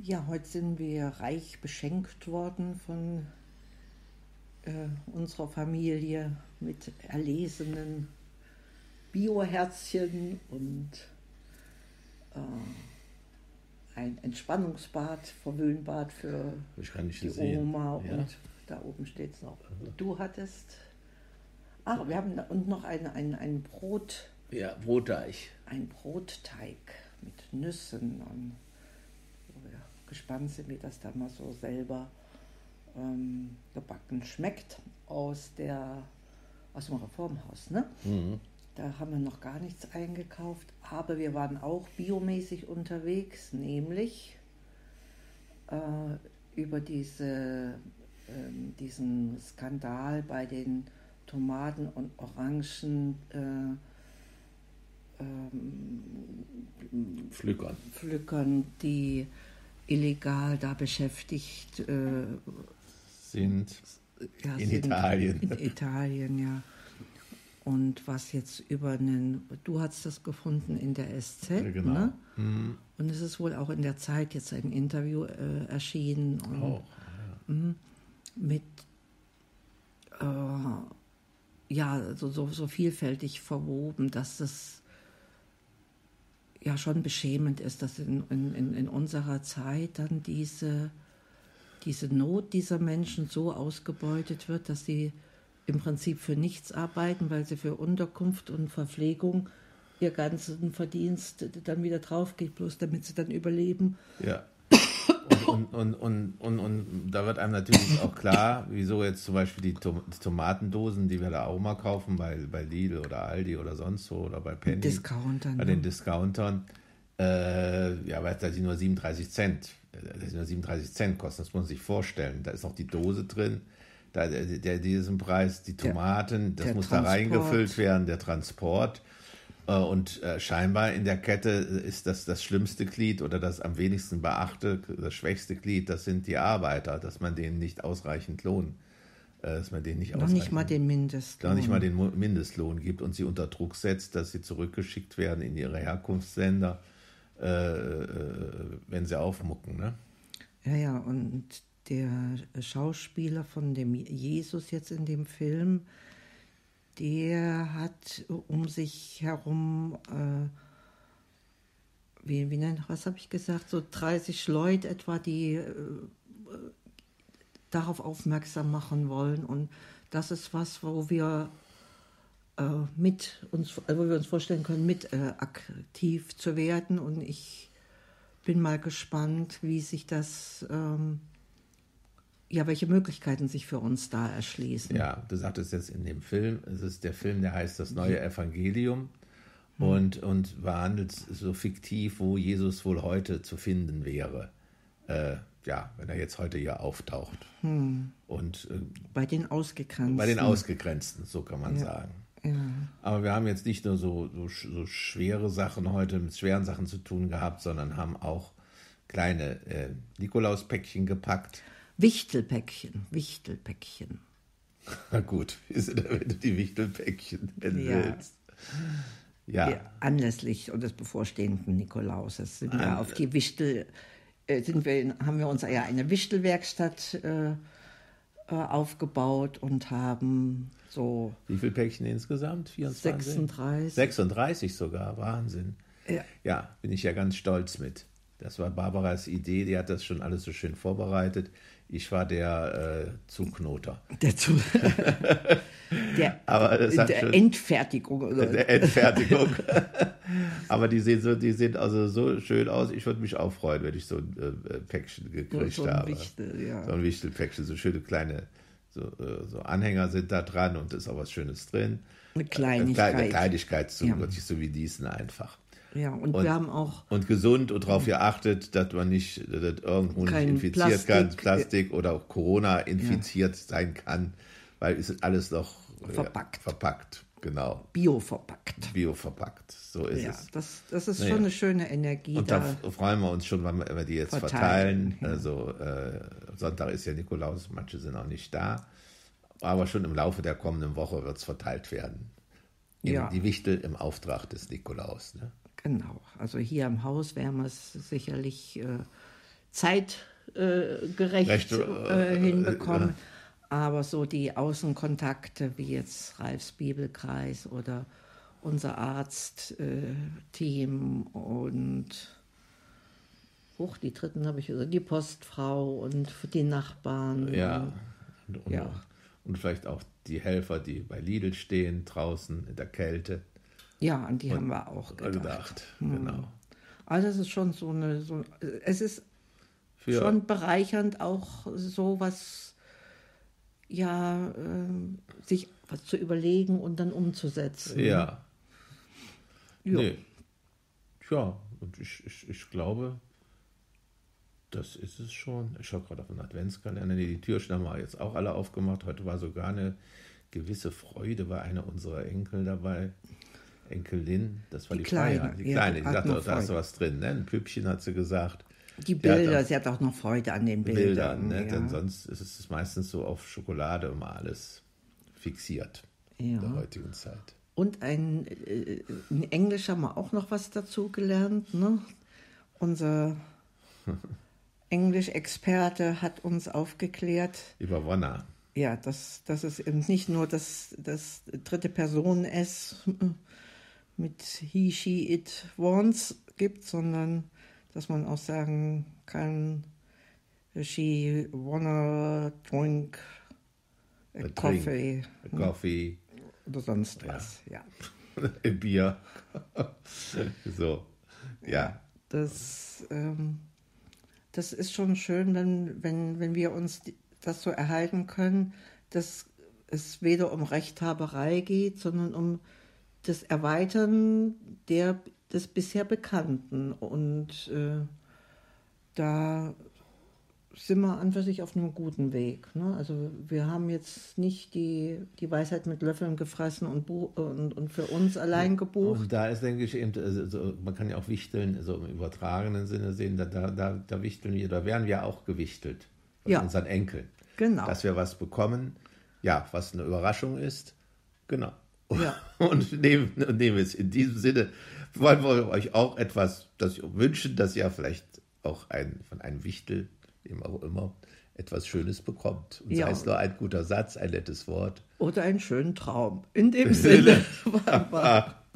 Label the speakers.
Speaker 1: Ja, heute sind wir reich beschenkt worden von äh, unserer Familie mit erlesenen Bioherzchen und äh, ein Entspannungsbad, Verwöhnbad für
Speaker 2: Ich kann nicht
Speaker 1: die
Speaker 2: sehen.
Speaker 1: Oma
Speaker 2: ja.
Speaker 1: und da oben steht es noch. Du hattest. Ach, wir haben und noch ein, ein, ein Brot,
Speaker 2: ja, Brotteich.
Speaker 1: ein Brotteig mit Nüssen und wo wir gespannt sind, wie das da mal so selber ähm, gebacken schmeckt aus der aus dem Reformhaus, ne?
Speaker 2: Mhm.
Speaker 1: Da haben wir noch gar nichts eingekauft, aber wir waren auch biomäßig unterwegs, nämlich äh, über diese, ähm, diesen Skandal bei den Tomaten und Orangen. Äh,
Speaker 2: Pflückern.
Speaker 1: Pflückern, die illegal da beschäftigt äh,
Speaker 2: Sind.
Speaker 1: ja,
Speaker 2: In
Speaker 1: sind
Speaker 2: Italien.
Speaker 1: In Italien, ja. Und was jetzt über einen, du hast das gefunden in der SZ,
Speaker 2: Ja, genau.
Speaker 1: ne? Und es ist wohl auch in der Zeit jetzt ein Interview äh, erschienen und
Speaker 2: Auch.
Speaker 1: mit äh, ja so, so, so vielfältig verwoben, dass das ja schon beschämend ist, dass in, in, in- in unserer Zeit dann diese, diese Not dieser Menschen so ausgebeutet wird, dass sie im Prinzip für nichts arbeiten, weil sie für Unterkunft und Verpflegung ihr ganzen Verdienst dann wieder draufgeht, bloß damit sie dann überleben.
Speaker 2: Ja. Und, und, und, und, und, und da wird einem natürlich auch klar, wieso jetzt zum Beispiel die Tom- die Tomatendosen, die wir da auch mal kaufen, bei, bei Lidl oder Aldi oder sonst wo oder bei Penny,
Speaker 1: Discounter,
Speaker 2: bei
Speaker 1: ne?
Speaker 2: den Discountern, äh, ja, weil das sind nur 37 Cent. Das sind nur 37 Cent kosten, das muss man sich vorstellen. Da ist noch die Dose drin, da, der, der, diesen Preis, die Tomaten, das
Speaker 1: der
Speaker 2: muss da
Speaker 1: Transport.
Speaker 2: reingefüllt werden, der Transport. Äh, Und äh, scheinbar in der Kette äh, ist das das schlimmste Glied oder das am wenigsten beachte, das schwächste Glied, das sind die Arbeiter, dass man denen nicht ausreichend Lohn, äh, dass man denen nicht
Speaker 1: Noch
Speaker 2: ausreichend
Speaker 1: nicht mal den Mindestlohn.
Speaker 2: gar nicht mal den Mo- Mindestlohn gibt und sie unter Druck setzt, dass sie zurückgeschickt werden in ihre Herkunftsländer, äh, äh, wenn sie aufmucken. Ne?
Speaker 1: Ja, ja, und der Schauspieler von dem Jesus jetzt in dem Film, der hat um sich herum, äh, wie, wie nennt, was habe ich gesagt, so 30 Leute etwa, die äh, darauf aufmerksam machen wollen. Und das ist was, wo wir äh, mit uns, äh, wo wir uns vorstellen können, mit äh, aktiv zu werden. Und ich bin mal gespannt, wie sich das, ähm, ja, welche Möglichkeiten sich für uns da erschließen.
Speaker 2: Ja, du sagtest jetzt in dem Film, es ist der Film, der heißt Das neue Evangelium und, und behandelt so fiktiv, wo Jesus wohl heute zu finden wäre. Äh, ja, wenn er jetzt heute hier auftaucht. Und äh,
Speaker 1: Bei den Ausgegrenzten.
Speaker 2: Bei den Ausgegrenzten, so kann man sagen. Aber wir haben jetzt nicht nur so, so, sch- so schwere Sachen heute mit schweren Sachen zu tun gehabt, sondern haben auch kleine äh, Nikolauspäckchen gepackt.
Speaker 1: Wichtelpäckchen, Wichtelpäckchen.
Speaker 2: Na gut, wir sind ja, wenn du die Wichtelpäckchen nennen
Speaker 1: Ja.
Speaker 2: willst. Ja,
Speaker 1: Ja, anlässlich des bevorstehenden Nikolauses sind
Speaker 2: Ah.
Speaker 1: wir auf die Wichtel, äh, sind wir in, haben wir uns ja eine Wichtelwerkstatt äh, äh, aufgebaut und haben so
Speaker 2: wie viele Päckchen insgesamt? 24?
Speaker 1: 36.
Speaker 2: 36 sogar, Wahnsinn.
Speaker 1: Ja.
Speaker 2: ja, bin ich ja ganz stolz mit. Das war Barbaras Idee, die hat das schon alles so schön vorbereitet. Ich war der äh, Zugknoter.
Speaker 1: der, Zu der,
Speaker 2: Aber es hat
Speaker 1: der
Speaker 2: schon-
Speaker 1: Endfertigung oder
Speaker 2: der Endfertigung. Aber die sehen so, die sehen also so schön aus. Ich würde mich auch freuen, wenn ich so ein äh, äh, Päckchen gekriegt
Speaker 1: so ein
Speaker 2: habe.
Speaker 1: Wichtel, ja.
Speaker 2: So ein Wichtelpäckchen, so schöne kleine so, äh, so Anhänger sind da dran und ist auch was Schönes drin.
Speaker 1: eine
Speaker 2: Eine
Speaker 1: Kleinigkeit.
Speaker 2: kleine Kleinigkeit zu,
Speaker 1: Ja.
Speaker 2: wirklich so wie diesen einfach.
Speaker 1: Ja, und,
Speaker 2: Und-
Speaker 1: wir haben auch
Speaker 2: Und gesund und darauf geachtet, dass man nicht dass irgendwo nicht
Speaker 1: Kein
Speaker 2: infiziert
Speaker 1: Plastik. äh,
Speaker 2: kann, Plastik oder auch Corona infiziert sein kann, weil es ist alles noch äh,
Speaker 1: Verpackt.
Speaker 2: verpackt. Genau.
Speaker 1: Bio verpackt.
Speaker 2: Bio verpackt. So ist
Speaker 1: Ja,
Speaker 2: es.
Speaker 1: das, das ist
Speaker 2: Naja.
Speaker 1: schon eine schöne Energie
Speaker 2: Und da
Speaker 1: da.
Speaker 2: f- freuen wir uns schon, wenn wir wenn wir die jetzt verteilen.
Speaker 1: Verteilen, Mhm.
Speaker 2: Also äh, Sonntag ist ja Nikolaus, manche sind auch nicht da. Aber schon im Laufe der kommenden Woche wird es verteilt werden. In,
Speaker 1: Ja.
Speaker 2: Die Wichtel im Auftrag des Nikolaus. Ne?
Speaker 1: Genau. Also hier im Haus werden wir es sicherlich äh, zeitgerecht
Speaker 2: Recht, äh,
Speaker 1: äh, hinbekommen.
Speaker 2: äh,
Speaker 1: Aber so die Außenkontakte wie jetzt Ralfs Bibelkreis oder unser Arzt-Team und hoch, die dritten habe ich, die Postfrau und die Nachbarn.
Speaker 2: Ja. Und, und,
Speaker 1: Mhm. Ja.
Speaker 2: und vielleicht auch die Helfer, die bei Lidl stehen, draußen in der Kälte.
Speaker 1: Ja, an die haben wir auch
Speaker 2: Gedacht,
Speaker 1: gedacht. Mhm.
Speaker 2: genau.
Speaker 1: Also es ist schon so eine, so, es ist
Speaker 2: Für,
Speaker 1: schon bereichernd auch so was, ja, ähm, sich was zu überlegen und dann umzusetzen.
Speaker 2: Ja.
Speaker 1: Äh, Ja.
Speaker 2: Nee. Tja, und ich, ich, ich glaube, das ist es schon. Ich schaue gerade auf den Adventskalender. Nee, die Türchen haben wir jetzt auch alle aufgemacht. Heute war sogar eine gewisse Freude bei einer unserer Enkel dabei. Enkelin, das war
Speaker 1: Die
Speaker 2: die,
Speaker 1: Kleine,
Speaker 2: Feier. Die
Speaker 1: ja,
Speaker 2: Kleine, die
Speaker 1: hat
Speaker 2: sagte,
Speaker 1: noch
Speaker 2: oh, da ist
Speaker 1: Freude.
Speaker 2: was drin. Ne? Ein Püppchen hat sie gesagt.
Speaker 1: Die
Speaker 2: Die hat
Speaker 1: Bilder,
Speaker 2: auch-
Speaker 1: sie hat auch noch Freude an den Bildern.
Speaker 2: Bildern. ne?
Speaker 1: ja.
Speaker 2: Denn sonst ist es meistens so auf Schokolade immer alles fixiert in
Speaker 1: Ja.
Speaker 2: der heutigen Zeit.
Speaker 1: Und ein, äh, in Englisch haben wir auch noch was dazu gelernt. Ne? Unser Englisch-Experte hat uns aufgeklärt,
Speaker 2: Über Wonner.
Speaker 1: Ja, dass, dass es eben nicht nur das, das dritte Person es mit he, she, it, wants gibt, sondern dass man auch sagen kann, she wanna drink a,
Speaker 2: A drink.
Speaker 1: coffee
Speaker 2: Coffee.
Speaker 1: oder sonst was. Ja.
Speaker 2: Ein Bier. so. Ja.
Speaker 1: Das, ähm, das ist schon schön, wenn, wenn, wenn wir uns die- das so erhalten können, dass es weder um Rechthaberei geht, sondern um das Erweitern der, des bisher Bekannten. Und äh, da sind wir an für sich auf einem guten Weg. Ne? Also wir haben jetzt nicht die, die Weisheit mit Löffeln gefressen und, bu- und, und für uns allein gebucht.
Speaker 2: Und da ist, denke ich, eben, also, so, man kann ja auch wichteln, so im übertragenen Sinne sehen, da, da, da, da wichteln wir, da werden wir auch gewichtelt von
Speaker 1: Ja.
Speaker 2: unseren Enkeln.
Speaker 1: Genau.
Speaker 2: Dass wir was bekommen, ja, was eine Überraschung ist. Genau.
Speaker 1: Ja.
Speaker 2: Und nehmen, und nehmen es in diesem Sinne, wollen wir euch auch etwas das wünschen, dass ihr vielleicht auch ein, von einem Wichtel, dem auch immer, etwas Schönes bekommt. Und
Speaker 1: Ja.
Speaker 2: sei es nur ein guter Satz, ein nettes Wort. é
Speaker 1: Oder einen schönen Traum. In dem Sinne. war- war-